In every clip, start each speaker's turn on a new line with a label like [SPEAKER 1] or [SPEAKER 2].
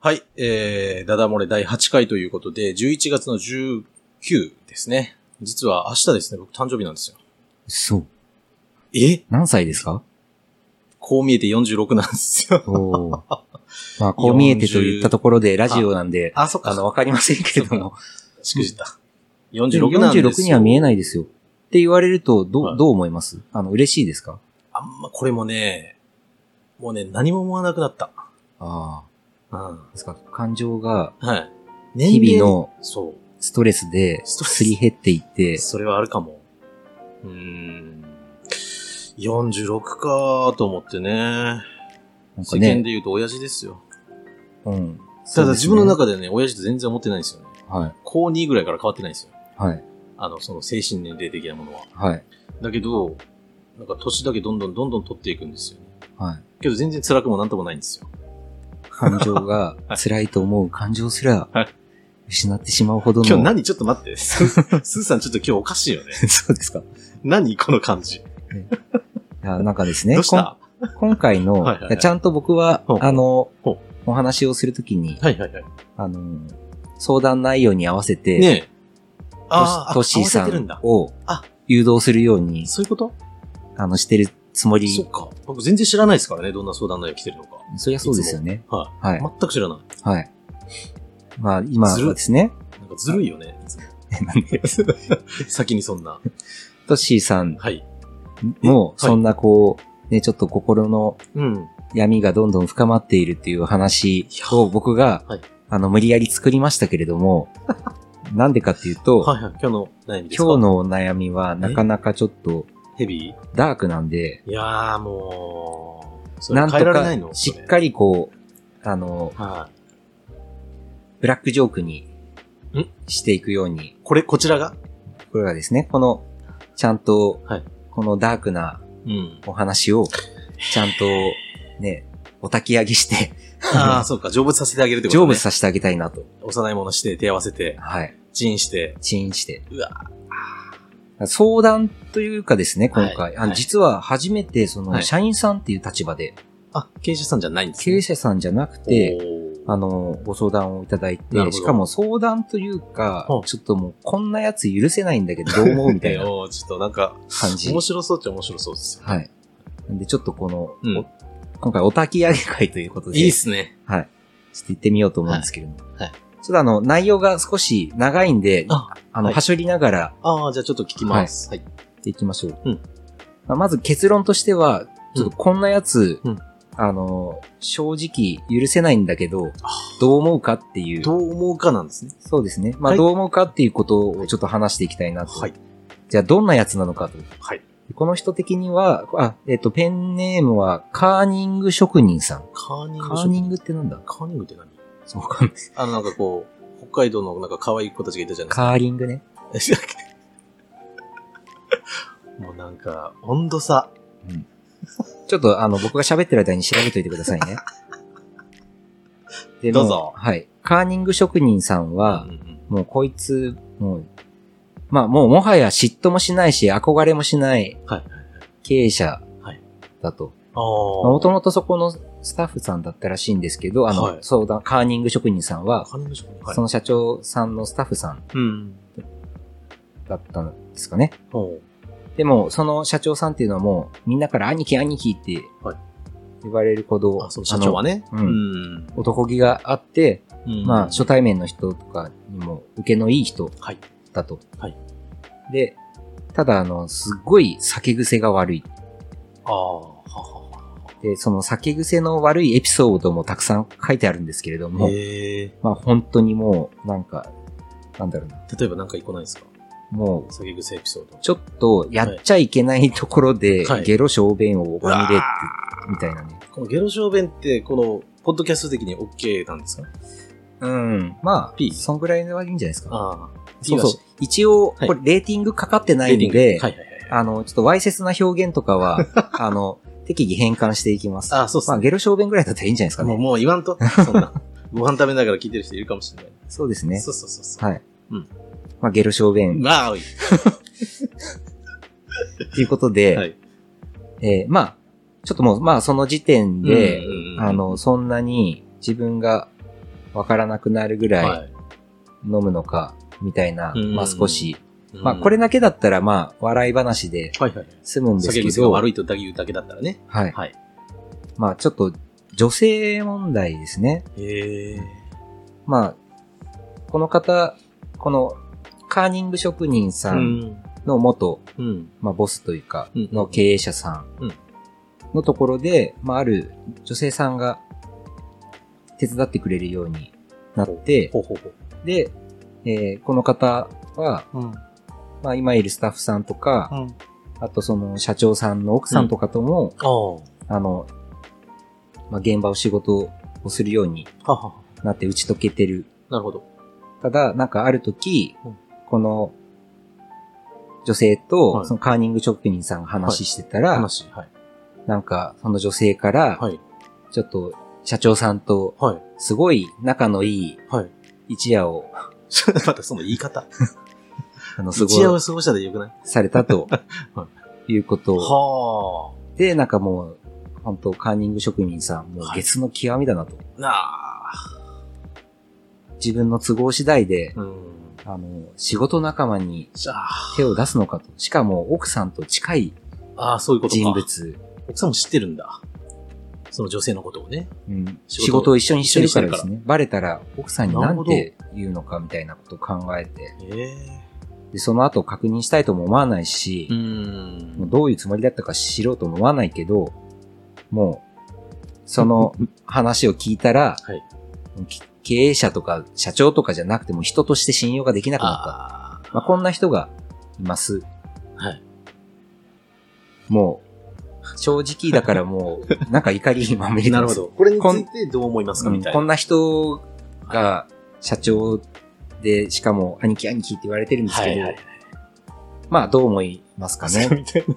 [SPEAKER 1] はい、えー、ダダ漏れ第8回ということで、11月の19ですね。実は明日ですね、僕誕生日なんですよ。
[SPEAKER 2] そう。
[SPEAKER 1] え
[SPEAKER 2] 何歳ですか
[SPEAKER 1] こう見えて46なんですよ。
[SPEAKER 2] お ーまあ、こう見えてと言ったところで、ラジオなんで、
[SPEAKER 1] あ、そっ
[SPEAKER 2] あの、わかりませんけれども。
[SPEAKER 1] しくじった。
[SPEAKER 2] でも
[SPEAKER 1] 46なんです。
[SPEAKER 2] 46には見えないいですよ。って言われると、ど
[SPEAKER 1] は
[SPEAKER 2] う、
[SPEAKER 1] い
[SPEAKER 2] どう思いますあの、嬉しいですか
[SPEAKER 1] あんま、これもね、もうね、何も思わなくなった。
[SPEAKER 2] ああ。
[SPEAKER 1] うん。
[SPEAKER 2] ですか、感情が
[SPEAKER 1] はい。
[SPEAKER 2] 日々の
[SPEAKER 1] そ
[SPEAKER 2] ストレスで、
[SPEAKER 1] ストレス
[SPEAKER 2] すり減っていっ
[SPEAKER 1] う。
[SPEAKER 2] て、
[SPEAKER 1] それはあるかも。うーん。46かと思ってね。
[SPEAKER 2] なん
[SPEAKER 1] 世
[SPEAKER 2] か
[SPEAKER 1] 間
[SPEAKER 2] ね、
[SPEAKER 1] で言うと親父ですよ。
[SPEAKER 2] うん。
[SPEAKER 1] ただ自分の
[SPEAKER 2] そう
[SPEAKER 1] 中でね、親父と全然思ってないんですよね。
[SPEAKER 2] ですね、はい、
[SPEAKER 1] 高2ぐらいから変わってないんですよ。
[SPEAKER 2] はい、
[SPEAKER 1] あの、その精神年齢的なものは。
[SPEAKER 2] はい、
[SPEAKER 1] だけど、なんか年だけどんどんどんどん取っていくんですよね。
[SPEAKER 2] はい。
[SPEAKER 1] けど全然辛くもなんともないんですよ。
[SPEAKER 2] 感情 が辛いと思う感情すら
[SPEAKER 1] はい、
[SPEAKER 2] 失ってしまうほどの。
[SPEAKER 1] 今日何ちょっと待って。スースーさんちょっと今日おかしいよね。
[SPEAKER 2] そうですか。い
[SPEAKER 1] 何この感じ。
[SPEAKER 2] や、なんかですね、
[SPEAKER 1] どうした
[SPEAKER 2] こん今回の、
[SPEAKER 1] はいはいはい
[SPEAKER 2] いやちゃんと僕は
[SPEAKER 1] ほう、
[SPEAKER 2] あの
[SPEAKER 1] ほう、
[SPEAKER 2] お話をするときに、
[SPEAKER 1] はいはいはい。
[SPEAKER 2] あの、相談内容に合わせて、
[SPEAKER 1] ねえ。
[SPEAKER 2] ト
[SPEAKER 1] あー
[SPEAKER 2] シトッシー
[SPEAKER 1] 合
[SPEAKER 2] さ
[SPEAKER 1] わせてるんだ
[SPEAKER 2] ん。を
[SPEAKER 1] あ
[SPEAKER 2] 誘導するように、
[SPEAKER 1] そういうこと
[SPEAKER 2] あの、してるつもり、
[SPEAKER 1] そっか。僕全然知らないですからね、どんな相談内容来てるのか。
[SPEAKER 2] そりゃそうですよね。
[SPEAKER 1] は。
[SPEAKER 2] はいい。
[SPEAKER 1] 全く知らない。
[SPEAKER 2] はい。まあ、今はですね、
[SPEAKER 1] なんかずるいよね。いつも
[SPEAKER 2] なんで
[SPEAKER 1] 先にそんな。
[SPEAKER 2] トッシーさん
[SPEAKER 1] はい。
[SPEAKER 2] も、
[SPEAKER 1] え
[SPEAKER 2] そんなこう、ね、ちょっと心の
[SPEAKER 1] うん。
[SPEAKER 2] 闇がどんどん深まっているっていう話を僕が
[SPEAKER 1] はい、
[SPEAKER 2] あの、無理やり作りましたけれ ども、なんでかっていうと、
[SPEAKER 1] はいはい。今日の悩みですか
[SPEAKER 2] 今日のお悩みはなかなかちょっと
[SPEAKER 1] ヘビー
[SPEAKER 2] ダークなんで、
[SPEAKER 1] いやーもう、それ
[SPEAKER 2] なん
[SPEAKER 1] 変え
[SPEAKER 2] と
[SPEAKER 1] られないの
[SPEAKER 2] かしっか
[SPEAKER 1] り。
[SPEAKER 2] りこう、あの、
[SPEAKER 1] はい。
[SPEAKER 2] ブラックジョークに
[SPEAKER 1] ん
[SPEAKER 2] していくように、
[SPEAKER 1] これ、こちらが
[SPEAKER 2] これはですね、この、ちゃんと
[SPEAKER 1] はい、
[SPEAKER 2] このダークな
[SPEAKER 1] うん。
[SPEAKER 2] お話を、ちゃんと、ね、お焚き上げして、
[SPEAKER 1] ああ、そうか。成仏させてあげるってことね。
[SPEAKER 2] 成仏させてあげたいなと。
[SPEAKER 1] 幼いものして、手合わせて、
[SPEAKER 2] はい。
[SPEAKER 1] チンして。
[SPEAKER 2] チーンして。
[SPEAKER 1] うわ
[SPEAKER 2] 相談というかですね、今回。
[SPEAKER 1] はい
[SPEAKER 2] あの
[SPEAKER 1] はい
[SPEAKER 2] 実は初めて、その、
[SPEAKER 1] はい
[SPEAKER 2] 社員さんっていう立場で、
[SPEAKER 1] あ、経営者さんじゃないんです
[SPEAKER 2] 経営者さんじゃなくて、
[SPEAKER 1] おー
[SPEAKER 2] あの、ご相談をいただい
[SPEAKER 1] なるほ
[SPEAKER 2] て、
[SPEAKER 1] ど
[SPEAKER 2] しかも相談というか
[SPEAKER 1] うん、
[SPEAKER 2] ちょっともう、こんなやつ許せないんだ けど、どう思うみたいな
[SPEAKER 1] おーちょっとなんか、
[SPEAKER 2] 感じ
[SPEAKER 1] 面。白そうっちゃ面白そうですよ。
[SPEAKER 2] はい。なんで、ちょっとこの、
[SPEAKER 1] うん
[SPEAKER 2] お今回、お焚き上げ会ということで、
[SPEAKER 1] いいっすね。
[SPEAKER 2] はい。ちょっと行ってみようと思うんですけれども。
[SPEAKER 1] いはい
[SPEAKER 2] ちょっとあの、内容が少し長いんで、
[SPEAKER 1] あ
[SPEAKER 2] あの、
[SPEAKER 1] はい
[SPEAKER 2] はしょりながらや
[SPEAKER 1] ああ、じゃあちょっと聞きます。はい。
[SPEAKER 2] っていきましょう。
[SPEAKER 1] うん
[SPEAKER 2] まあまず結論としては、ちょっとこんなやつ、
[SPEAKER 1] うん
[SPEAKER 2] あの、正直許せないんだけど、どう思うかっていう。
[SPEAKER 1] どう思うかなんですね。
[SPEAKER 2] そうですね。まあ、
[SPEAKER 1] はい
[SPEAKER 2] どう思うかっていうことをちょっと話していきたいなと。
[SPEAKER 1] はい。
[SPEAKER 2] じゃあ、どんなやつなのかと。
[SPEAKER 1] はい。
[SPEAKER 2] この人的には、あ、えっ、と、ペンネームは、カーニング職人さん。
[SPEAKER 1] カーニング。
[SPEAKER 2] カーニングってなんだ
[SPEAKER 1] カーニングって何
[SPEAKER 2] そうわかんない。
[SPEAKER 1] あの、なんかこう、北海道のなんか可愛い子たちがいたじゃないですか
[SPEAKER 2] カーリングね。
[SPEAKER 1] もうなんか、温度差。
[SPEAKER 2] ちょっとあの、僕が喋ってる間に調べといてくださいね。で
[SPEAKER 1] どうぞ
[SPEAKER 2] もはい。カーニング職人さんは
[SPEAKER 1] うん、うん
[SPEAKER 2] もうこいつ、もう、まあもうもはや嫉妬もしないし、憧れもしない
[SPEAKER 1] はい。
[SPEAKER 2] 経営者
[SPEAKER 1] はい
[SPEAKER 2] だと。
[SPEAKER 1] ああ。
[SPEAKER 2] もともとそこのスタッフさんだったらしいんですけど、あの、
[SPEAKER 1] はい
[SPEAKER 2] 相談、カーニング職人さんは、
[SPEAKER 1] カーニング職人。はい
[SPEAKER 2] その社長さんのスタッフさん
[SPEAKER 1] うん。
[SPEAKER 2] だったんですかね。
[SPEAKER 1] ほ
[SPEAKER 2] でも、その社長さんっていうのはもう、みんなから兄貴兄貴って
[SPEAKER 1] はい
[SPEAKER 2] 言われるほど、
[SPEAKER 1] う。あ、その社長はね。
[SPEAKER 2] あの
[SPEAKER 1] う
[SPEAKER 2] うん
[SPEAKER 1] ん。
[SPEAKER 2] 男気があって、
[SPEAKER 1] うん
[SPEAKER 2] まあ、初対面の人とかにも受けのいい人
[SPEAKER 1] はい。
[SPEAKER 2] だと。
[SPEAKER 1] はい
[SPEAKER 2] で、ただ、あの、すっごい酒癖が悪い。
[SPEAKER 1] ああ、はは
[SPEAKER 2] で、その酒癖の悪いエピソードもたくさん書いてあるんですけれども、
[SPEAKER 1] は。へえ。
[SPEAKER 2] まあ、本当にもう、なんか、なんだろうな、
[SPEAKER 1] 例えばなんか一個ないですか
[SPEAKER 2] もう、
[SPEAKER 1] 酒癖エピソード。
[SPEAKER 2] ちょっとやっちゃいけないところで、
[SPEAKER 1] はい
[SPEAKER 2] ゲロ小便を拝み
[SPEAKER 1] う
[SPEAKER 2] れっ
[SPEAKER 1] わ
[SPEAKER 2] て、みたいなね。
[SPEAKER 1] このゲロ小便って、この、ポッドキャスト的に OK なんですか
[SPEAKER 2] うん。まあ
[SPEAKER 1] P、
[SPEAKER 2] そんぐらいはいいんじゃないですか。
[SPEAKER 1] ああ。
[SPEAKER 2] そうそう。一応、
[SPEAKER 1] はい
[SPEAKER 2] これ、レーティングかかってな
[SPEAKER 1] レー
[SPEAKER 2] い
[SPEAKER 1] ティン
[SPEAKER 2] の
[SPEAKER 1] グ。
[SPEAKER 2] で、
[SPEAKER 1] はいはいはい。
[SPEAKER 2] あの、ちょっとわいせつな表現とか は、あの、適宜変換していきます。
[SPEAKER 1] ああ、そうっす
[SPEAKER 2] まあ、ゲロ小便ぐらいだったらいいんじゃないですか
[SPEAKER 1] もう、
[SPEAKER 2] ね。
[SPEAKER 1] もう 言わんと。そんな。ご飯食べながら聞いてる人いるかもしれない。
[SPEAKER 2] そうですね。
[SPEAKER 1] そうそうそうそう。
[SPEAKER 2] はい。
[SPEAKER 1] うん
[SPEAKER 2] まあ、ゲル小便
[SPEAKER 1] わーい。
[SPEAKER 2] っていうことで、
[SPEAKER 1] はい
[SPEAKER 2] えーまあ、ちょっともう、まあ、その時点で、
[SPEAKER 1] うんうんうん
[SPEAKER 2] あの、そんなに自分がわからなくなるぐらい
[SPEAKER 1] い。
[SPEAKER 2] 飲むのか、みたいな、
[SPEAKER 1] うん
[SPEAKER 2] まあ少し。
[SPEAKER 1] うん
[SPEAKER 2] まあこれ、だけだったら、まあ、笑い話で
[SPEAKER 1] はいはい。
[SPEAKER 2] 済むんです
[SPEAKER 1] 酒
[SPEAKER 2] け
[SPEAKER 1] 癖が
[SPEAKER 2] ど、
[SPEAKER 1] 悪いとだけ言うだけだったらね。
[SPEAKER 2] はい。
[SPEAKER 1] はい。
[SPEAKER 2] まあちょっと、女性問題ですね。
[SPEAKER 1] えー。
[SPEAKER 2] まあ、この方、この、カーニング職人さ
[SPEAKER 1] うんん。
[SPEAKER 2] の元、
[SPEAKER 1] うん。
[SPEAKER 2] まあボスというか、
[SPEAKER 1] うん
[SPEAKER 2] の経営者さ
[SPEAKER 1] うん
[SPEAKER 2] んのところで、まあある女性さんが手伝ってくれるようになって、
[SPEAKER 1] ほうほうほ
[SPEAKER 2] で、えーこの方は、
[SPEAKER 1] う。うん。
[SPEAKER 2] まあ今いるスタッフさんとか、
[SPEAKER 1] あ
[SPEAKER 2] あとその社長さんの奥さんとかとも、
[SPEAKER 1] あ。は
[SPEAKER 2] あの、まあ、現場を仕事をするように
[SPEAKER 1] はは。
[SPEAKER 2] なって打ち解けてる。
[SPEAKER 1] なるほど。
[SPEAKER 2] ただ、なんかある時、
[SPEAKER 1] うん
[SPEAKER 2] この女性
[SPEAKER 1] は
[SPEAKER 2] と
[SPEAKER 1] い
[SPEAKER 2] そのカーニング職人さんが話してたら、
[SPEAKER 1] 話。はい。
[SPEAKER 2] なんかその女性から、
[SPEAKER 1] はい。
[SPEAKER 2] ちょっと社長さんと
[SPEAKER 1] はい。
[SPEAKER 2] すごい仲のいい
[SPEAKER 1] はい。
[SPEAKER 2] 一夜を、
[SPEAKER 1] またその言い方。
[SPEAKER 2] あの、す
[SPEAKER 1] 一夜
[SPEAKER 2] ご
[SPEAKER 1] を
[SPEAKER 2] い
[SPEAKER 1] 過ごしたでよくない
[SPEAKER 2] されたと
[SPEAKER 1] は
[SPEAKER 2] いうことを
[SPEAKER 1] は
[SPEAKER 2] で、なんかもう、本当カーニング職人さん、もう
[SPEAKER 1] はい
[SPEAKER 2] 月の極みだなと。
[SPEAKER 1] あ。なあ。
[SPEAKER 2] 自分の都合次第で、
[SPEAKER 1] うん。
[SPEAKER 2] あの、仕事仲間に
[SPEAKER 1] じゃあ。
[SPEAKER 2] 手を出すのかと。しかも、奥さんと近い
[SPEAKER 1] ああ、そういうことか。
[SPEAKER 2] 人物。
[SPEAKER 1] 奥さんも知ってるんだ。その女性のことをね。
[SPEAKER 2] うん、
[SPEAKER 1] 仕事
[SPEAKER 2] 仕事を一緒にしてるから
[SPEAKER 1] 一緒に
[SPEAKER 2] で
[SPEAKER 1] して
[SPEAKER 2] すね。バレたら、奥さんに
[SPEAKER 1] なる
[SPEAKER 2] な
[SPEAKER 1] ほ
[SPEAKER 2] ん
[SPEAKER 1] ど
[SPEAKER 2] て言うのかみたいなことを考えて、
[SPEAKER 1] ええ
[SPEAKER 2] でその後確認したいとも思わないし、
[SPEAKER 1] ん
[SPEAKER 2] もうどういうつもりだったか知ろうとも思わないけど、もう、そ の話を聞いたら、
[SPEAKER 1] はい
[SPEAKER 2] き経営者とか社長とかじゃなくても人として信用ができなくなっ
[SPEAKER 1] あ
[SPEAKER 2] た。まあ、こんな人がいます。
[SPEAKER 1] はい。
[SPEAKER 2] もう、正直だからも う、なんか怒りにまみれ
[SPEAKER 1] あ。
[SPEAKER 2] てま
[SPEAKER 1] な
[SPEAKER 2] す
[SPEAKER 1] るほど。これにつ
[SPEAKER 2] こん
[SPEAKER 1] いてどう思いますか
[SPEAKER 2] うん
[SPEAKER 1] みたい
[SPEAKER 2] こん
[SPEAKER 1] な。
[SPEAKER 2] な人が社長で、しかも兄貴兄貴って言われてるんですけど、
[SPEAKER 1] はいはい。
[SPEAKER 2] まあどう思いますかね
[SPEAKER 1] みたいな。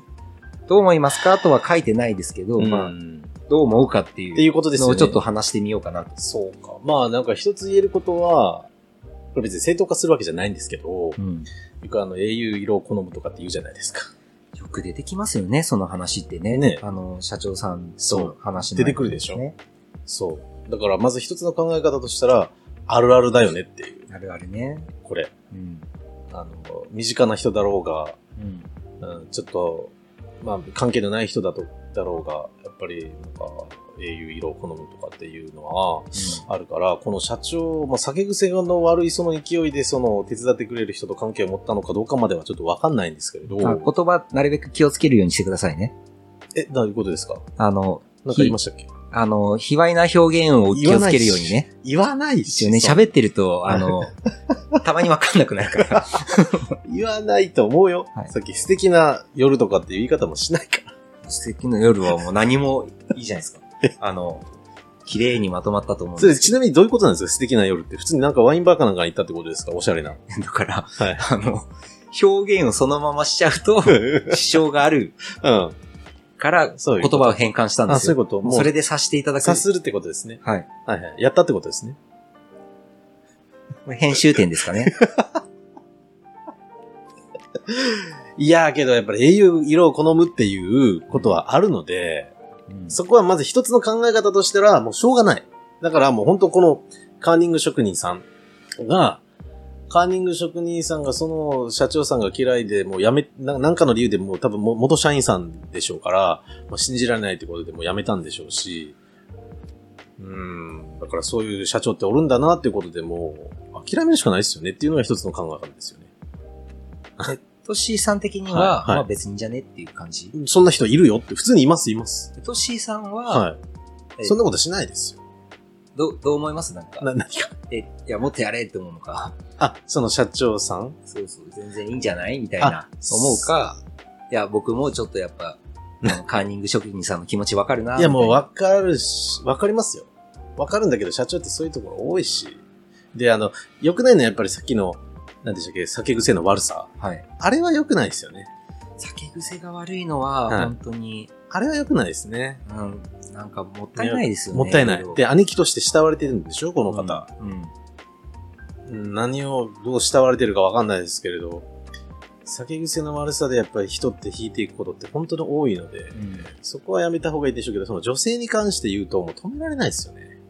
[SPEAKER 2] どう思いますかとは書いてないですけど、
[SPEAKER 1] うん
[SPEAKER 2] まあどう思うかっていう。
[SPEAKER 1] っていうことですよね
[SPEAKER 2] のをちょっと話してみようかなと。
[SPEAKER 1] そうか。まあなんか一つ言えることは、これ別に正当化するわけじゃないんですけど、
[SPEAKER 2] うん。
[SPEAKER 1] よくあの英雄色を好むとかって言うじゃないですか。
[SPEAKER 2] よく出てきますよね、その話ってね。
[SPEAKER 1] ね
[SPEAKER 2] あの、社長さん
[SPEAKER 1] そう
[SPEAKER 2] と話の、
[SPEAKER 1] 出てくるでしょ。そう。だからまず一つの考え方としたら、あるあるだよねっていう。
[SPEAKER 2] あるあるね。
[SPEAKER 1] これ。
[SPEAKER 2] うん。
[SPEAKER 1] あの、身近な人だろうが、
[SPEAKER 2] うん。
[SPEAKER 1] うんちょっと、まあ、関係のない人だと、だろうが、やっぱり、なんか、英雄色を好むとかっていうのは、あるから、この社長、まあ、酒癖の悪いその勢いで、その、手伝ってくれる人と関係を持ったのかどうかまではちょっとわかんないんですけれど、
[SPEAKER 2] あ言葉、なるべく気をつけるようにしてくださいね。
[SPEAKER 1] え、どういうことですか
[SPEAKER 2] あの、
[SPEAKER 1] なんか言いましたっけ
[SPEAKER 2] あの、卑猥な表現を気をつけるようにね。
[SPEAKER 1] 言わない
[SPEAKER 2] 一
[SPEAKER 1] し
[SPEAKER 2] 応ね、
[SPEAKER 1] そう
[SPEAKER 2] 喋ってると、あの、 たまにわかんなくなるから。
[SPEAKER 1] 言わないと思うよ。
[SPEAKER 2] はい
[SPEAKER 1] さっき素敵な夜とかっていう言い方もしないから。
[SPEAKER 2] 素敵な夜はもう何もいいじゃない ですか。あの、綺麗にまとまったと思うん
[SPEAKER 1] そ
[SPEAKER 2] で
[SPEAKER 1] れ、
[SPEAKER 2] す
[SPEAKER 1] ちなみにどういうことなんですか素敵な夜って。普通になんかワインバーかなんかに行ったってことですかおしゃれな。
[SPEAKER 2] けど、だから、
[SPEAKER 1] はい。
[SPEAKER 2] あの、表現をそのまましちゃう と、支障がある
[SPEAKER 1] うん。
[SPEAKER 2] から、
[SPEAKER 1] そうい
[SPEAKER 2] 言
[SPEAKER 1] うこと
[SPEAKER 2] 葉を変換したんで
[SPEAKER 1] あ、
[SPEAKER 2] す
[SPEAKER 1] そういう
[SPEAKER 2] よ。
[SPEAKER 1] こと。もう
[SPEAKER 2] それでさせていただく。
[SPEAKER 1] 察するってことですね。
[SPEAKER 2] はい。
[SPEAKER 1] はいはい。やったってことですね。
[SPEAKER 2] これ編集点ですかね。
[SPEAKER 1] いやーけどやっぱり英雄色を好むっていうことはあるので、
[SPEAKER 2] うん
[SPEAKER 1] そこはまず一つの考え方としたらもうしょうがない。だからもう本当このカーニング職人さんが、カーニング職人さんがその社長さんが嫌いでもうやめ、ななんかの理由でもう多分も元社員さんでしょうから、もう信じられないってことでもう辞めたんでしょうし、うん、だからそういう社長っておるんだなっていうことでもう諦めるしかないですよねっていうのが一つの考え方ですよね。
[SPEAKER 2] トッシーさん的に
[SPEAKER 1] は
[SPEAKER 2] は、
[SPEAKER 1] いはい
[SPEAKER 2] まあ別にじゃねっていう感じ。
[SPEAKER 1] そんな人いるよって、普通にいます、います。
[SPEAKER 2] トッシーさんは、
[SPEAKER 1] は
[SPEAKER 2] え
[SPEAKER 1] い。そんなことしないですよ。
[SPEAKER 2] どうどう思いますなんか。
[SPEAKER 1] な、何か。
[SPEAKER 2] え、いや、もっとやれって思うのか。
[SPEAKER 1] あ、その社長さん
[SPEAKER 2] そうそう、全然いいんじゃないみたいな、思うか、いや、僕もちょっとやっ ぱ、あのカーニング職人さんの気持ちわかるな。
[SPEAKER 1] いや、もう
[SPEAKER 2] わ
[SPEAKER 1] わかるし、わかりますよ。わかるんだけど、社長ってそういうところ多いし。で、あの、良くないのはやっぱりさっきの、なんでしたっけ、酒癖の悪さ。
[SPEAKER 2] はい。
[SPEAKER 1] あれは良くないですよね。
[SPEAKER 2] 酒癖が悪いのは、
[SPEAKER 1] はい
[SPEAKER 2] 本当に、
[SPEAKER 1] あれは良くないですね。
[SPEAKER 2] うん、なんかもったいないですよね。
[SPEAKER 1] もったいない
[SPEAKER 2] ろ。ろ
[SPEAKER 1] で、、兄貴として慕われてるんでしょこ
[SPEAKER 2] こ
[SPEAKER 1] の方。
[SPEAKER 2] うん。うん
[SPEAKER 1] うん何をどう慕われてるかわかんないですけれど、酒癖の悪さでやっぱり人って引いていくことって本当に多いので、
[SPEAKER 2] うん
[SPEAKER 1] そこはやめた方がいいでしょうけど、その女性に関して言うともう止められないですよね。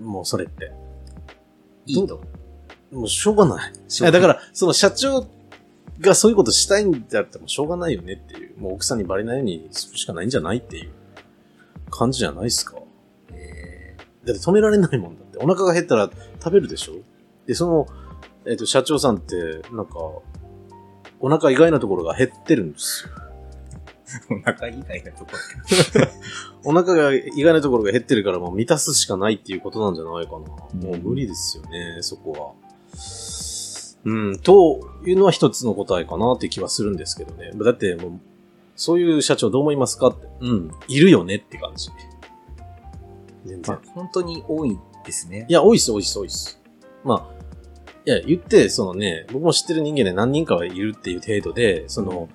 [SPEAKER 1] もうそれって。
[SPEAKER 2] いいと。
[SPEAKER 1] もうしょうがない。いやだから、その社長がそういうことしたいんだってもしょうがないよねっていう、もう奥さんにバレないようにするしかないんじゃないっていう感じじゃないですか。
[SPEAKER 2] ら、え
[SPEAKER 1] だって止められないもんだって。お腹が減ったら食べるでしょで、その、えっ、と、社長さんって、なんか、お腹意外なところが減ってるんですよ。
[SPEAKER 2] ー、お腹以外のところって
[SPEAKER 1] お腹が意外なところが減ってるからもう満たすしかないっていうことなんじゃないかな。もう無理ですよね、そこは。うん、というのは一つの答えかなって気はするんですけどね。だってもう、そういう社長どう思いますかって。うん、いるよねって感じ。全然
[SPEAKER 2] ま。あ、本当に多いですね
[SPEAKER 1] い。や、多いっす、多いっす、多いっす。まあ、いや、言って、そのね、僕も知ってる人間で何人かはいるっていう程度で、その、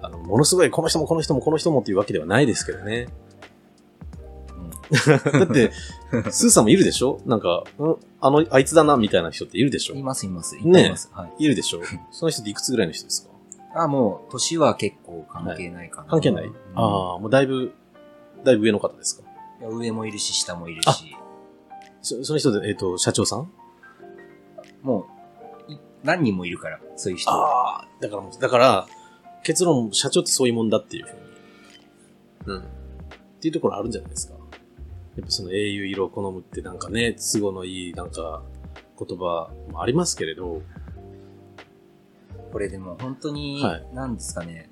[SPEAKER 1] あの、ものすごいこの人もこの人もこの人もっていうわけではないですけどね。だ って、スーさんもいるでしょなんか、うん、あの、あいつだな、みたいな人っているでしょ
[SPEAKER 2] います、います、い
[SPEAKER 1] ねえ
[SPEAKER 2] ます。はい。
[SPEAKER 1] いるでしょその人っていくつぐらいの人ですか
[SPEAKER 2] あ、もう、年は結構関係ないかな。
[SPEAKER 1] 関係ない、
[SPEAKER 2] うん
[SPEAKER 1] ああ、もうだいぶ、だいぶ上の方ですか
[SPEAKER 2] いや上もいるし、下もいる
[SPEAKER 1] あ
[SPEAKER 2] し、
[SPEAKER 1] そその人で、えっ、と、社長さん
[SPEAKER 2] もう、い何人もいるから、そういう人。
[SPEAKER 1] ああ、だからもう、だから、結論、社長ってそういうもんだっていうふうに。うん。っていうところあるんじゃないですか。やっぱその英雄色を好むってなんかね、都合のいいなんか言葉もありますけれど、
[SPEAKER 2] これでも本当に
[SPEAKER 1] はい、
[SPEAKER 2] なんですかね、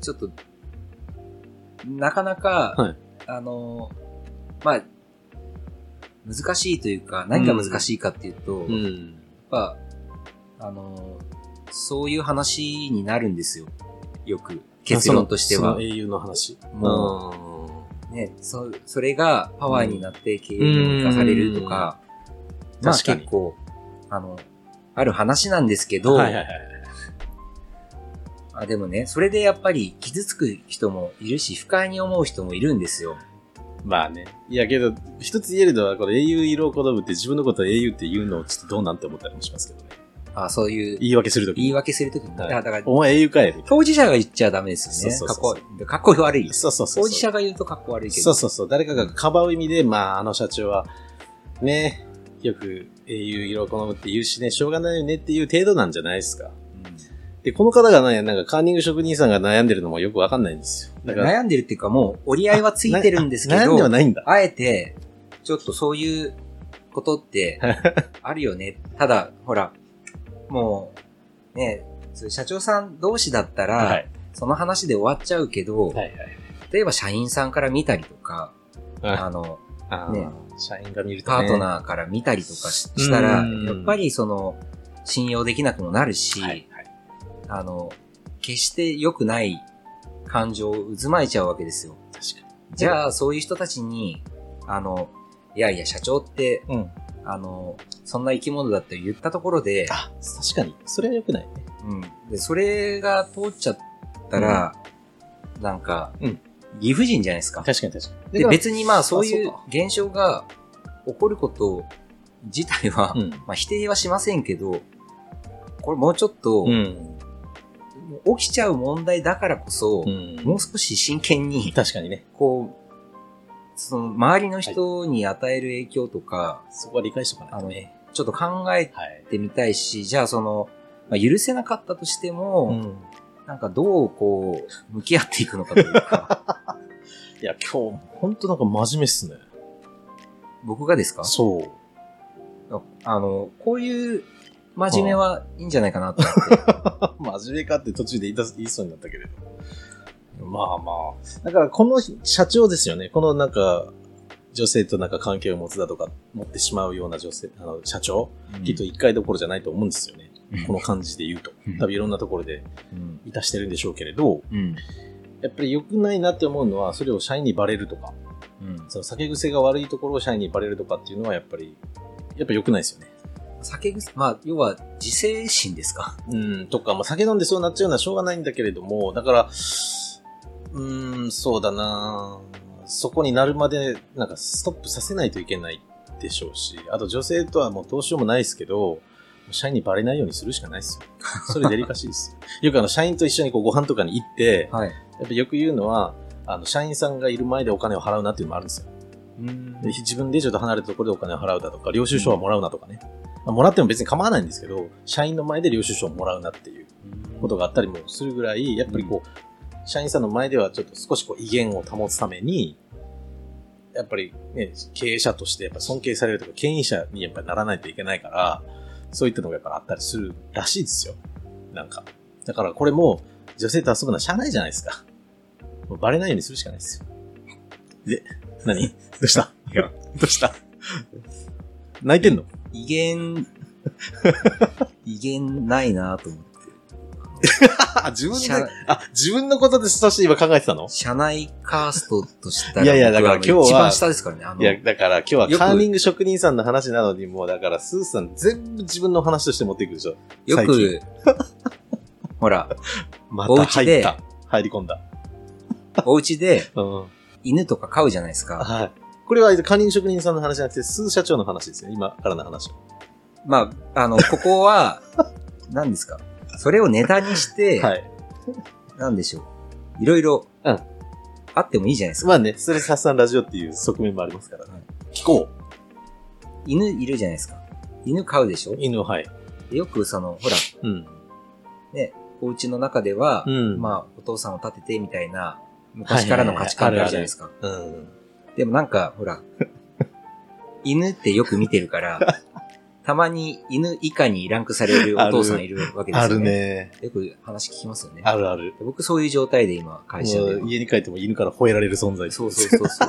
[SPEAKER 2] ちょっと、なかなか、
[SPEAKER 1] はい
[SPEAKER 2] あの、まあ、難しいというか、何が難しいかっていうと、やっ
[SPEAKER 1] ん。
[SPEAKER 2] ぱ、あの、そういう話になるんですよ。よく、結論として
[SPEAKER 1] その
[SPEAKER 2] は
[SPEAKER 1] その。英雄の話。
[SPEAKER 2] もね、そそれがパワーになって経営に生かされるとか、
[SPEAKER 1] うん
[SPEAKER 2] まあ
[SPEAKER 1] 確かに
[SPEAKER 2] 結構、あの、ある話なんですけ
[SPEAKER 1] う
[SPEAKER 2] ど、
[SPEAKER 1] ん。はいはいはい。
[SPEAKER 2] あでもね、それでやっぱり傷つく人もいるし、不快に思う人もいるんですよ。
[SPEAKER 1] まあね。いやけど、一つ言えるのは、この英雄色を好むって自分のことを英雄って言うのをちょっとどうなんて思ったりもしますけどね。
[SPEAKER 2] あそういう
[SPEAKER 1] 言い訳するとき
[SPEAKER 2] 言い
[SPEAKER 1] に。
[SPEAKER 2] 訳するときに、
[SPEAKER 1] はい
[SPEAKER 2] だから
[SPEAKER 1] お前英雄かえみたい
[SPEAKER 2] 当事者が言っちゃダメですよね。
[SPEAKER 1] そう
[SPEAKER 2] か
[SPEAKER 1] そ
[SPEAKER 2] っ
[SPEAKER 1] うそ
[SPEAKER 2] こ
[SPEAKER 1] う
[SPEAKER 2] 悪い。かっこ悪い
[SPEAKER 1] な。
[SPEAKER 2] よ。
[SPEAKER 1] そうそうそうそう。
[SPEAKER 2] 当事者が言うとかっこ悪いけど。
[SPEAKER 1] そうそうそう。誰かがかばう意味で、まあ、あの社長は、ね、よく英雄色を好むって言うしね、しょうがないよねっていう程度なんじゃないですか。で、この方がね、なんかカーニング職人さんが悩んでるのもよくわかんないんですよ。
[SPEAKER 2] う
[SPEAKER 1] だ
[SPEAKER 2] ん
[SPEAKER 1] から、
[SPEAKER 2] 悩んでるっていうかもう折り合いはついてるんですけど、
[SPEAKER 1] 悩んではないんだ。
[SPEAKER 2] あえて、ちょっとそういうこと って、あるよね。ただ、ほら、もう、ね、そう社長さん同士だったら、
[SPEAKER 1] はい。
[SPEAKER 2] その話で終わっちゃうけど、
[SPEAKER 1] はいはい。
[SPEAKER 2] 例えば社員さんから見たりとか、
[SPEAKER 1] うん
[SPEAKER 2] あの、
[SPEAKER 1] あー
[SPEAKER 2] ね
[SPEAKER 1] 社員が見ると、
[SPEAKER 2] パ
[SPEAKER 1] ね。
[SPEAKER 2] ートナーから見たりとかししたら、
[SPEAKER 1] うん
[SPEAKER 2] やっぱりその、信用できなくもなるし、
[SPEAKER 1] はいはい。
[SPEAKER 2] あの、決して良くない感情を渦巻いちゃうわけですよ。
[SPEAKER 1] 確か
[SPEAKER 2] じゃあ、そういう人たちに、あの、いやいや、社長って、
[SPEAKER 1] に。うん。
[SPEAKER 2] あの、そんな生き物だって言ったところで、
[SPEAKER 1] あ、確かに。それは良くないね。
[SPEAKER 2] うん。で、それが通っちゃったら、なんか、
[SPEAKER 1] うん
[SPEAKER 2] 理不尽じゃないですか。
[SPEAKER 1] 確かに確かに。
[SPEAKER 2] で、別にまあ、そういう
[SPEAKER 1] あそ
[SPEAKER 2] 現象が起こること自体は、
[SPEAKER 1] うん。
[SPEAKER 2] まあ、否定はしませんけど、これもうちょっと、
[SPEAKER 1] うん。
[SPEAKER 2] 起きちゃう問題だからこそ、もう少し真剣に、
[SPEAKER 1] 確かにね。
[SPEAKER 2] こう、その、周りの人に与える影響とか、
[SPEAKER 1] そこは理解しとかない
[SPEAKER 2] あ
[SPEAKER 1] と
[SPEAKER 2] の
[SPEAKER 1] ね。
[SPEAKER 2] ね、ちょっと考え
[SPEAKER 1] はい
[SPEAKER 2] っ。てみたいし、じゃあその、まあ、許せなかったとしても、
[SPEAKER 1] ん。
[SPEAKER 2] なんかどうこう、向き合っていくのかというか、
[SPEAKER 1] いや、今日、ほんとなんか真面目っすね。
[SPEAKER 2] 僕がですか
[SPEAKER 1] そう。
[SPEAKER 2] あの、こういう真面目はいいんじゃないかなと思って。
[SPEAKER 1] 真面目かって途中で言いた言いそうになったけれど。まあまあ。だからこの社長ですよね。このなんか、女性となんか関係を持つだとか、持ってしまうような女性、あの、社長、きっと一回どころじゃないと思うんですよね。
[SPEAKER 2] うん
[SPEAKER 1] この感じで言うと
[SPEAKER 2] うん。
[SPEAKER 1] 多分いろんなところで
[SPEAKER 2] うん
[SPEAKER 1] いたしてるんでしょうけれど、
[SPEAKER 2] うん
[SPEAKER 1] やっぱり良くないなって思うのは、それを社員にバレるとか、
[SPEAKER 2] うん
[SPEAKER 1] その酒癖が悪いところを社員にバレるとかっていうのはやっぱり、やっぱ良くないですよね。
[SPEAKER 2] 酒癖、まあ、要は自制心ですか。
[SPEAKER 1] うん、とか、まあ、酒飲んでそうなっちゃうのはしょうがないんだけれども、だから、うーん、そうだなそこになるまで、なんかストップさせないといけないでしょうし、あと女性とはもうどうしようもないですけど、社員にバレないようにするしかないですよ。それデリカシーですよ。よ くあの、社員と一緒にこうご飯とかに行って、
[SPEAKER 2] はい。
[SPEAKER 1] やっぱよく言うのは、あの、社員さんがいる前でお金を払うなっていうのもあるんですよ。
[SPEAKER 2] うん
[SPEAKER 1] で自分でちょっと離れたところでお金を払うだとか、領収書はもらうなとかね。まあもらっても別に構わないんですけど、社員の前で領収書をもらうなっていうことがあったりもするぐらい、やっぱりこう、社員さんの前ではちょっと少しこう威厳を保つために、やっぱりね、経営者としてやっぱ尊敬されるとか、権威者にやっぱりならないといけないから、そういったのがやっぱあったりするらしいですよ。なんか。だからこれも、女性と遊ぶのはしゃあないじゃないですか。もうバレないようにするしかないですよ。で、何どうした
[SPEAKER 2] いや
[SPEAKER 1] どうした泣いてんの
[SPEAKER 2] 威厳、威厳ないなと思って。
[SPEAKER 1] あ、自分
[SPEAKER 2] 社
[SPEAKER 1] で、あ、自分のことでとして今考えてたの
[SPEAKER 2] 社内カーストとしたら、
[SPEAKER 1] いやいやだから
[SPEAKER 2] 僕あの
[SPEAKER 1] 今日は
[SPEAKER 2] 一番下ですからね、あの
[SPEAKER 1] い、や、だから今日は
[SPEAKER 2] よく
[SPEAKER 1] カーニング職人さんの話なのに、もうだからスーさん全部自分の話として持っていくでしょ。
[SPEAKER 2] よ
[SPEAKER 1] 最近
[SPEAKER 2] く、 ほら、
[SPEAKER 1] ま
[SPEAKER 2] お
[SPEAKER 1] た
[SPEAKER 2] 家で
[SPEAKER 1] 入った。入り込んだ。
[SPEAKER 2] お家で
[SPEAKER 1] うん。
[SPEAKER 2] 犬とか飼うじゃないですか。
[SPEAKER 1] はい。これはカーニング職人さんの話じゃなくて、スー社長の話ですよ。今からの話。
[SPEAKER 2] まあ、あの、ここは、 何ですかそれをネタにして、
[SPEAKER 1] はい。
[SPEAKER 2] なんでしょう。いろいろ、
[SPEAKER 1] うん
[SPEAKER 2] あってもいいじゃないですか。
[SPEAKER 1] まあね、ストレス発散ラジオっていう側面もありますからね。聞こう。
[SPEAKER 2] 犬いるじゃないですか。犬飼うでしょ
[SPEAKER 1] 犬、はい。
[SPEAKER 2] よくその、ほら、
[SPEAKER 1] うん。
[SPEAKER 2] ね、お家の中では、
[SPEAKER 1] うん。
[SPEAKER 2] まあ、お父さんを立ててみたいな、昔からの価値観があるじゃないですか。
[SPEAKER 1] あ。うん。
[SPEAKER 2] でもなんか、ほら、犬ってよく見てるから、たまに犬以下にランクされるお父さんいるわけです
[SPEAKER 1] あ
[SPEAKER 2] よね。
[SPEAKER 1] るね。
[SPEAKER 2] よく話聞きますよね。
[SPEAKER 1] あるある。
[SPEAKER 2] 僕そういう状態で今、会社
[SPEAKER 1] も
[SPEAKER 2] で
[SPEAKER 1] う。家に帰っても犬から吠えられる存在。
[SPEAKER 2] そうそうそ うそう。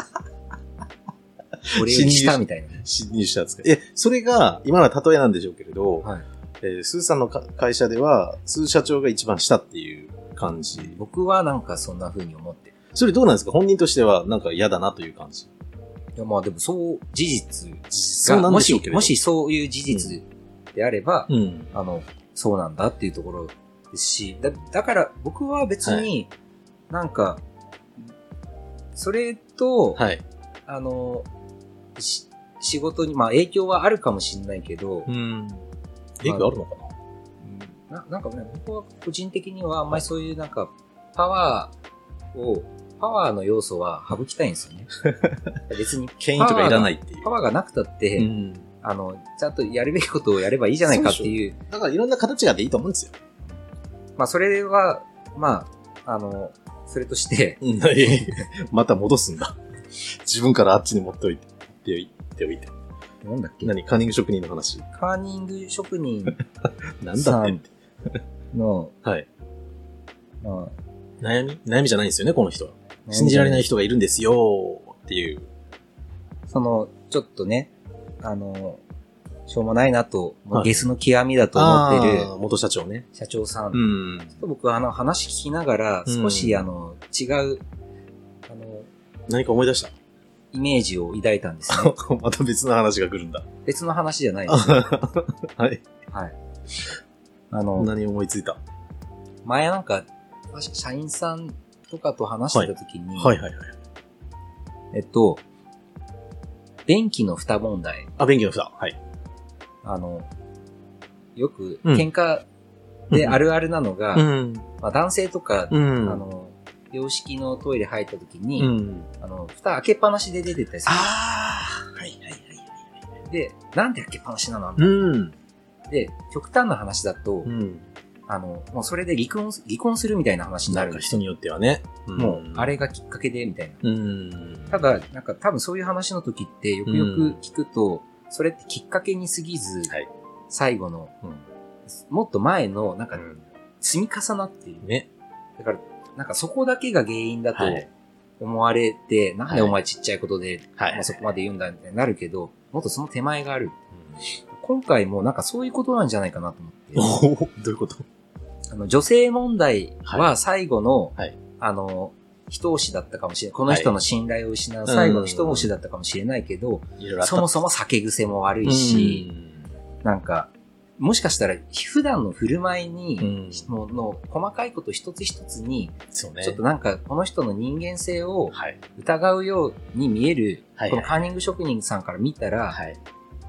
[SPEAKER 2] 俺より下みたいな。
[SPEAKER 1] 侵入したんですかえ、それが、今のは例えなんでしょうけれど、
[SPEAKER 2] はい
[SPEAKER 1] えースーさんのか会社では、スー社長が一番下っていう感じ。
[SPEAKER 2] 僕はなんかそんな風に思ってる。
[SPEAKER 1] それどうなんですか本人としては、なんか嫌だなという感じ。
[SPEAKER 2] いやまあでもそう、事実
[SPEAKER 1] そ
[SPEAKER 2] が、
[SPEAKER 1] うなん
[SPEAKER 2] も
[SPEAKER 1] でしょう
[SPEAKER 2] し
[SPEAKER 1] けれ、ど。
[SPEAKER 2] もし、そういう事実であれば、
[SPEAKER 1] うん。
[SPEAKER 2] あの、そうなんだっていうところですし、だだから僕は別
[SPEAKER 1] は
[SPEAKER 2] に、なんか、それと、
[SPEAKER 1] はい。
[SPEAKER 2] あの、し仕事に、まあ影響はあるかもしれないけど、
[SPEAKER 1] うん。影響あるのかな
[SPEAKER 2] ななんかね、僕は個人的にはあんまりそういうなんか、パワーを、パワーの要素は省きたいんです よね。別に、
[SPEAKER 1] 権威とかいらないっていう
[SPEAKER 2] パ。ワーがなくたって、
[SPEAKER 1] うん。
[SPEAKER 2] あの、ちゃんとやるべきことをやればいいじゃないかっていう、
[SPEAKER 1] だからいろんな形があっていいと思うんですよ。
[SPEAKER 2] まあそれは、まあ、あの、それとして、
[SPEAKER 1] うん。いやいやいやまた戻すんだ。自分からあっちに持っておいて、っておいておいて。
[SPEAKER 2] なんだっけ
[SPEAKER 1] 何カーニング職人の話。
[SPEAKER 2] カーニング職人
[SPEAKER 1] なんだってって。
[SPEAKER 2] の、
[SPEAKER 1] はい。
[SPEAKER 2] ま
[SPEAKER 1] 悩み悩みじゃないんですよね、この人は。
[SPEAKER 2] あ、。
[SPEAKER 1] 信じられないい人がいるんですよっていう。
[SPEAKER 2] その、ちょっとね、あの、しょうもないなと、もう
[SPEAKER 1] はい
[SPEAKER 2] ゲスの極みだと思ってる
[SPEAKER 1] あー元社長ね。
[SPEAKER 2] 社長さん。
[SPEAKER 1] うん。
[SPEAKER 2] ちょっと僕はあの話聞きながら、
[SPEAKER 1] うん
[SPEAKER 2] 少し、あの、違う、あの、
[SPEAKER 1] 何か思い出した
[SPEAKER 2] イメージを抱いたんですね。
[SPEAKER 1] また別の話が来るんだ。
[SPEAKER 2] 別の話じゃないです。
[SPEAKER 1] はい。
[SPEAKER 2] はい。あの、
[SPEAKER 1] 何思いついた、
[SPEAKER 2] 前なんか、確か社員さんとかと話してた時に、
[SPEAKER 1] はいはいはい。
[SPEAKER 2] えっと、電気の蓋問題。
[SPEAKER 1] あ、便器の蓋。はい。
[SPEAKER 2] あの、よく、
[SPEAKER 1] うん
[SPEAKER 2] 喧嘩であるあるなのが、
[SPEAKER 1] うん。
[SPEAKER 2] まあ、男性とか、
[SPEAKER 1] うん。
[SPEAKER 2] あ、の、洋式のトイレ入った時に、
[SPEAKER 1] うん。
[SPEAKER 2] あの、蓋開けっぱなしで出てったりす
[SPEAKER 1] ああ。はいはいはい。
[SPEAKER 2] る。で、なんで開けっぱなしなの、
[SPEAKER 1] うん。
[SPEAKER 2] で、極端な話だと、
[SPEAKER 1] うん。
[SPEAKER 2] あの、もうそれで離婚、離婚するみたいな話にな
[SPEAKER 1] な
[SPEAKER 2] る
[SPEAKER 1] ん
[SPEAKER 2] ん
[SPEAKER 1] か
[SPEAKER 2] です
[SPEAKER 1] 人によってはね。
[SPEAKER 2] もう、あれ。がきっかけで、みたいな。
[SPEAKER 1] うん。
[SPEAKER 2] ただ、なんか多分そういう話の時って、よくよく聞くと、それってきっかけに過ぎず、
[SPEAKER 1] はい
[SPEAKER 2] 最後の、
[SPEAKER 1] うん
[SPEAKER 2] もっと前の、なんか
[SPEAKER 1] うん
[SPEAKER 2] 積み重なっている。
[SPEAKER 1] ね。
[SPEAKER 2] だから、なんかそこだけが原因だと
[SPEAKER 1] はい
[SPEAKER 2] 思われて、なんで
[SPEAKER 1] はい
[SPEAKER 2] お前ちっちゃいことで、
[SPEAKER 1] は
[SPEAKER 2] まあ、そこまで言うんだってなるけど、もっとその手前がある。今回もなんかそういうことなんじゃないかなと思
[SPEAKER 1] お
[SPEAKER 2] って。
[SPEAKER 1] おー どういうこと
[SPEAKER 2] あの女性問題は最後の、
[SPEAKER 1] はい
[SPEAKER 2] あの、一押しだったかもしれない。この人の信頼を失う最後の一押しだったかもしれないけど、
[SPEAKER 1] いろいろあった。
[SPEAKER 2] そもそも酒癖も悪いし、なんか、もしかしたら、普段の振る舞いに、
[SPEAKER 1] うん
[SPEAKER 2] もうの細かいこと一つ一つに、
[SPEAKER 1] そうね。
[SPEAKER 2] ちょっとなんか、この人の人間性を
[SPEAKER 1] はい。
[SPEAKER 2] 疑うように見える、
[SPEAKER 1] はい
[SPEAKER 2] このカーニング職人さんから見たら、
[SPEAKER 1] はい。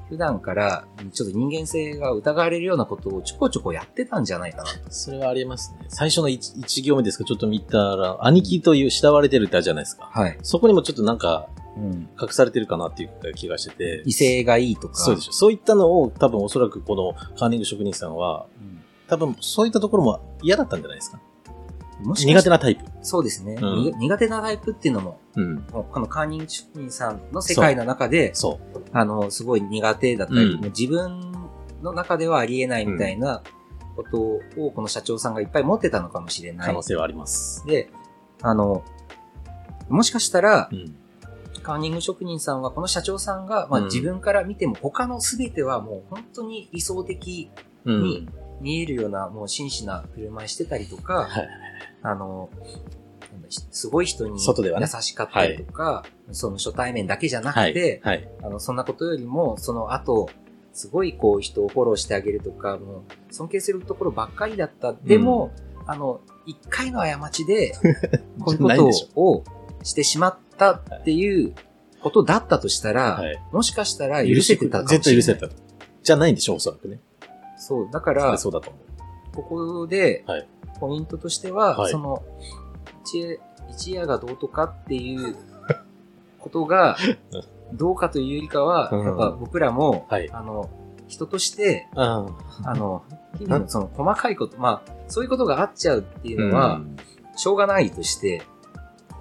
[SPEAKER 2] 普段から、ちょっと人間性が疑われるようなことをちょこちょこやってたんじゃないかな。
[SPEAKER 1] それはありえますね。最初の 1, 行目ですか、ちょっと見たら、兄貴という慕われてるってあるじゃないですか。
[SPEAKER 2] はい。
[SPEAKER 1] そこにもちょっとなんか
[SPEAKER 2] うん。
[SPEAKER 1] 隠されてるかなっていう気がしてて。
[SPEAKER 2] 異性がいいとか。
[SPEAKER 1] そうでしょ。そういったのを多分おそらくこのカーニング職人さんは、
[SPEAKER 2] うん
[SPEAKER 1] 多分そういったところも嫌だったんじゃないですか。
[SPEAKER 2] もしか
[SPEAKER 1] 苦
[SPEAKER 2] し
[SPEAKER 1] 手なタイプ。
[SPEAKER 2] そうですね、
[SPEAKER 1] うん
[SPEAKER 2] に苦手なタイプっていうのも、
[SPEAKER 1] うん。
[SPEAKER 2] もうこのカーニング職人さんの世界の中で、
[SPEAKER 1] そ
[SPEAKER 2] あの、すごい苦手だったり、
[SPEAKER 1] うん
[SPEAKER 2] もう自分の中ではありえないみたいなことを、この社長さんがいっぱい持ってたのかもしれ
[SPEAKER 1] う。
[SPEAKER 2] な
[SPEAKER 1] 可
[SPEAKER 2] い
[SPEAKER 1] 能。性はあります。
[SPEAKER 2] で、あの、もしかしたら
[SPEAKER 1] う、ん。
[SPEAKER 2] カーニング職人さんは、この社長さんが、まあ
[SPEAKER 1] うん
[SPEAKER 2] 自分から見ても、他の全てはもう本当に理想的
[SPEAKER 1] う
[SPEAKER 2] に。見えるような、もう真摯な振る舞いしてたりとか、
[SPEAKER 1] はい
[SPEAKER 2] あの、すごい人に
[SPEAKER 1] 外ではね
[SPEAKER 2] 優しかったりとか、その初対面だけじゃな
[SPEAKER 1] は
[SPEAKER 2] くて、
[SPEAKER 1] い。はい。
[SPEAKER 2] あの、そんなことよりも、その後、すごいこう人をフォローしてあげるとか、もう尊敬するところばっかりだった。でも、あの、一回の過ち で、こういう
[SPEAKER 1] じゃないで
[SPEAKER 2] こ
[SPEAKER 1] し
[SPEAKER 2] とをしてしまったっていうことだったとしたら、
[SPEAKER 1] はい。
[SPEAKER 2] もしかしたら許せてたかもしれない。
[SPEAKER 1] 絶対許せてた。じゃないんでしょ、おそらくね。
[SPEAKER 2] そう、だから、
[SPEAKER 1] そうだと思う。
[SPEAKER 2] ここで
[SPEAKER 1] はい、
[SPEAKER 2] ポイントとしては、
[SPEAKER 1] はい
[SPEAKER 2] その、一夜一夜がどうとかっていうことが、 どうかというよりかは、
[SPEAKER 1] うん
[SPEAKER 2] やっぱ僕らも、
[SPEAKER 1] はい。
[SPEAKER 2] あの、人として、
[SPEAKER 1] あ
[SPEAKER 2] あの、日々のその細かいこと、まあ、そういうことがあっちゃうっていうのは、しょうがないとして、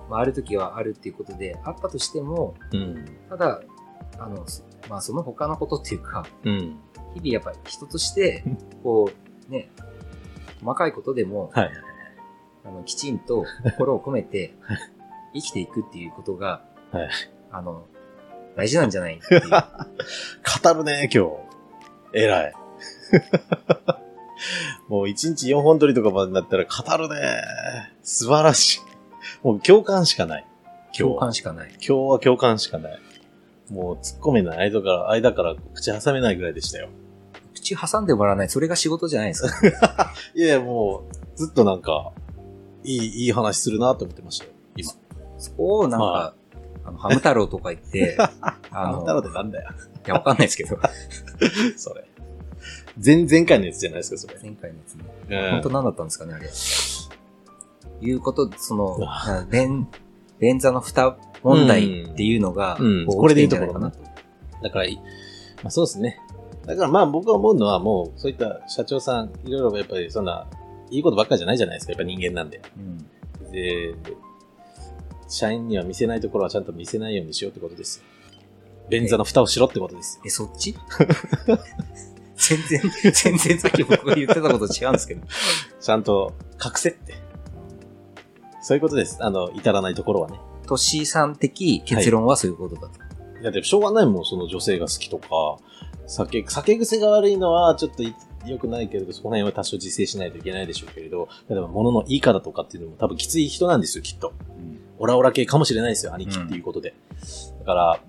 [SPEAKER 2] まあ、ある時はあるっていうことで、あったとしても、
[SPEAKER 1] うん。
[SPEAKER 2] ただ、あの、そまあ、その他のことっていうか、
[SPEAKER 1] うん。
[SPEAKER 2] 日々やっぱり人として、こう、ね、細かいことでも、
[SPEAKER 1] はい。
[SPEAKER 2] あの、きちんと心を込めて、生きていくっていうことが、
[SPEAKER 1] はい
[SPEAKER 2] あの、大事なんじゃない っていう
[SPEAKER 1] 語るね、今日。偉い。 もう1日4本撮りとかまでなったら語るね。素晴らしい。もう共感しかない。今日
[SPEAKER 2] 共
[SPEAKER 1] は
[SPEAKER 2] 感。しかない。
[SPEAKER 1] 今日は共感しかない。もう突っ込めない間から、間から口挟めないぐらいでしたよ。
[SPEAKER 2] 口挟んでもらわない、それが仕事じゃないですか。
[SPEAKER 1] いやいや、もう、ずっとなんか、いい、いい話するなと思ってましたよ。今。
[SPEAKER 2] そこをなんか、
[SPEAKER 1] は
[SPEAKER 2] あの、ハム太郎とか 言って、あ
[SPEAKER 1] あ
[SPEAKER 2] の、
[SPEAKER 1] んたらでなんだよ。
[SPEAKER 2] いや、わかんないですけ ど、
[SPEAKER 1] それ。前、前回のやつじゃないですか、それ。
[SPEAKER 2] 前回のやつね。
[SPEAKER 1] うん
[SPEAKER 2] 本当何だったんですかね、あれ。いうこと、その
[SPEAKER 1] うわ、
[SPEAKER 2] 連、連座の蓋問題っていうのが、
[SPEAKER 1] うん
[SPEAKER 2] こう
[SPEAKER 1] これでいいと
[SPEAKER 2] 起
[SPEAKER 1] こ
[SPEAKER 2] き
[SPEAKER 1] ろ
[SPEAKER 2] てんじ
[SPEAKER 1] だ
[SPEAKER 2] ゃない
[SPEAKER 1] な
[SPEAKER 2] か
[SPEAKER 1] だからい、まあ、そうですね。だからまあ僕が思うのはもうそういった社長さん、いろいろやっぱりそんな、いいことばっかりじゃないじゃないですか。やっぱ人間なんで。
[SPEAKER 2] なうん。
[SPEAKER 1] で、社員には見せないところはちゃんと見せないようにしようってことですよ。便座の蓋をしろってことですよ。
[SPEAKER 2] え、そっち 全然、全然さっき僕が言ってたこと違うんですけど。
[SPEAKER 1] ちゃんと隠せって。そういうことです。あの、至らないところはね。
[SPEAKER 2] トッシーさん的結論はそういうことだと。
[SPEAKER 1] いやでもしょうがないもん、その女性が好きとか、酒、酒癖が悪いのはちょっとい良くないけれど、そこら辺は多少自制しないといけないでしょうけれど、例えば物のいいからとかっていうのも多分きつい人なんですよ、きっと。オラオラ系かもしれないですよ、兄貴っていうことで。だから、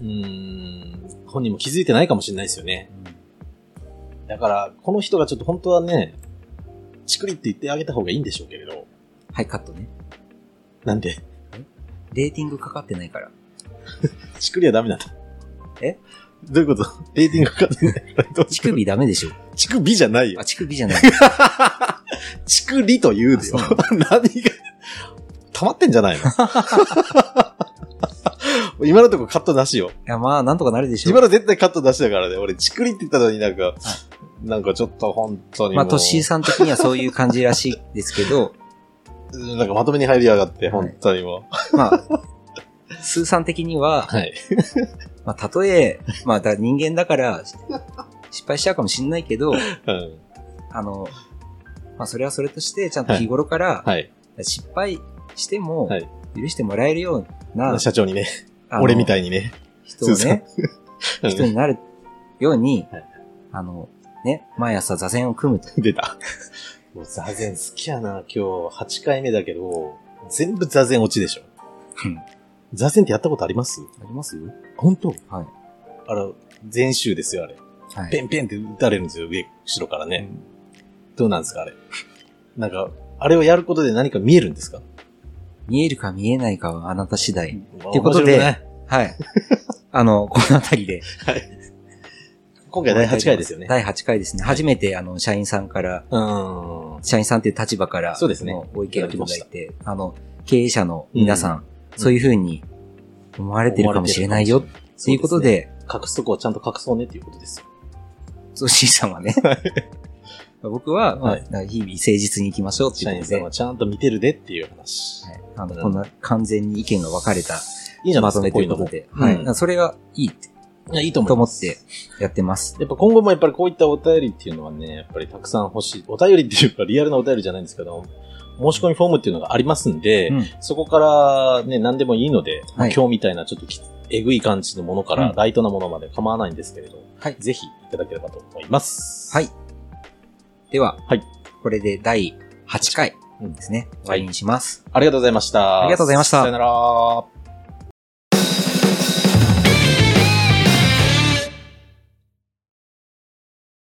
[SPEAKER 1] うーん、本人も気づいてないかもしれないですよね。だから、この人がちょっと本当はね、チクリって言ってあげた方がいいんでしょうけれど、
[SPEAKER 2] はい、カットね。
[SPEAKER 1] なんで、
[SPEAKER 2] レーティングかかってないから。
[SPEAKER 1] チクリはダメなんだ。
[SPEAKER 2] え
[SPEAKER 1] どういうこと レーティングかかってないからどう
[SPEAKER 2] 乳首ダメでしょ。
[SPEAKER 1] 乳首じゃないよ
[SPEAKER 2] あ、。乳首じゃない。
[SPEAKER 1] チクリと言うでよ
[SPEAKER 2] あそう。
[SPEAKER 1] 何が、溜まってんじゃないの 今のとこカットなしよ。
[SPEAKER 2] いや、まあ、なんとかなるでしょ
[SPEAKER 1] 今
[SPEAKER 2] う。
[SPEAKER 1] の絶対カットなしだからね。俺、チクリって言ったのになんか、なんかちょっと本当にもう。
[SPEAKER 2] まあ、トッシーさん的にはそういう感じらしいですけ ど、
[SPEAKER 1] なんかまとめに入りやがって、本当にもう。
[SPEAKER 2] まあ、スーさん的には、
[SPEAKER 1] はい。
[SPEAKER 2] まあ、たとえ、まあ、だ人間だから、失敗しちゃうかもしんないけど、
[SPEAKER 1] うん。
[SPEAKER 2] あの、まあ、それはそれとして、ちゃんと日頃から、
[SPEAKER 1] はい。
[SPEAKER 2] 失敗しても
[SPEAKER 1] はい、
[SPEAKER 2] 許してもらえるような、
[SPEAKER 1] 社長にね、
[SPEAKER 2] あの
[SPEAKER 1] 俺みたいにね。
[SPEAKER 2] 人を
[SPEAKER 1] スーさん
[SPEAKER 2] ね、人になるように
[SPEAKER 1] はい、
[SPEAKER 2] あの、ね、毎朝座禅を組むと。
[SPEAKER 1] 出た。もう座禅好きやな。今日8回目だけど、全部座禅落ちでしょ。
[SPEAKER 2] うん
[SPEAKER 1] 座禅ってやったことあります
[SPEAKER 2] ありますよ
[SPEAKER 1] 本当
[SPEAKER 2] はい。
[SPEAKER 1] あの、全集ですよ、あれ。
[SPEAKER 2] はい
[SPEAKER 1] ペンペンって打たれるんですよ、上、後ろから
[SPEAKER 2] う
[SPEAKER 1] ね。
[SPEAKER 2] ん
[SPEAKER 1] どうなんですか、あれ。なんか、あれをやることで何か見えるんですか
[SPEAKER 2] 見えるか見えないかはあなた次第。
[SPEAKER 1] と
[SPEAKER 2] いうことではい。あの、このあたりで。
[SPEAKER 1] 今回第8回ですよね。
[SPEAKER 2] 第8回ですね。初めて、あの、社員さんから、
[SPEAKER 1] うーん。
[SPEAKER 2] 社員さんという立場から、
[SPEAKER 1] そうですね
[SPEAKER 2] のご意見をいただいて、あの、経営者の皆さん、
[SPEAKER 1] ん
[SPEAKER 2] そういうふうに思われてるかもしれないよ、ということで、
[SPEAKER 1] 隠すとこはちゃんと隠そうねっていうことですよ。
[SPEAKER 2] そう C さんはね、 僕は、まあ
[SPEAKER 1] はい
[SPEAKER 2] 日々誠実に行きましょうって
[SPEAKER 1] 社
[SPEAKER 2] いう
[SPEAKER 1] 員
[SPEAKER 2] こと
[SPEAKER 1] さ
[SPEAKER 2] で、
[SPEAKER 1] ん
[SPEAKER 2] は
[SPEAKER 1] はいちゃんと見てるでっていう話。
[SPEAKER 2] あのこんな完全に意見が分かれた
[SPEAKER 1] いいじゃない
[SPEAKER 2] ま
[SPEAKER 1] です
[SPEAKER 2] と
[SPEAKER 1] か、
[SPEAKER 2] め
[SPEAKER 1] ことう
[SPEAKER 2] い
[SPEAKER 1] いう
[SPEAKER 2] う
[SPEAKER 1] の
[SPEAKER 2] こ
[SPEAKER 1] も
[SPEAKER 2] と。で、
[SPEAKER 1] うん
[SPEAKER 2] はい。だからそれがいい
[SPEAKER 1] いやいいと思
[SPEAKER 2] と
[SPEAKER 1] い
[SPEAKER 2] 思
[SPEAKER 1] ま
[SPEAKER 2] っ
[SPEAKER 1] す
[SPEAKER 2] てやってます。
[SPEAKER 1] やっぱ今後もやっぱりこういったお便りっていうのはね、やっぱりたくさん欲しい。お便りっていうかリアルなお便りじゃないんですけど、申し込みフォームっていうのがありますんで、
[SPEAKER 2] うん
[SPEAKER 1] そこからね、何でもいいので、
[SPEAKER 2] はい
[SPEAKER 1] 今日みたいなちょっときえぐい感じのものから、
[SPEAKER 2] うん
[SPEAKER 1] ライトなものまで構わないんですけれど、
[SPEAKER 2] はい
[SPEAKER 1] ぜひいただければと思います。
[SPEAKER 2] はい。では、
[SPEAKER 1] はい
[SPEAKER 2] これで第8回
[SPEAKER 1] うん
[SPEAKER 2] ですね、終
[SPEAKER 1] は
[SPEAKER 2] わ
[SPEAKER 1] い
[SPEAKER 2] りにします。
[SPEAKER 1] ありがとうございました。
[SPEAKER 2] ありがとうございました
[SPEAKER 1] さよなら。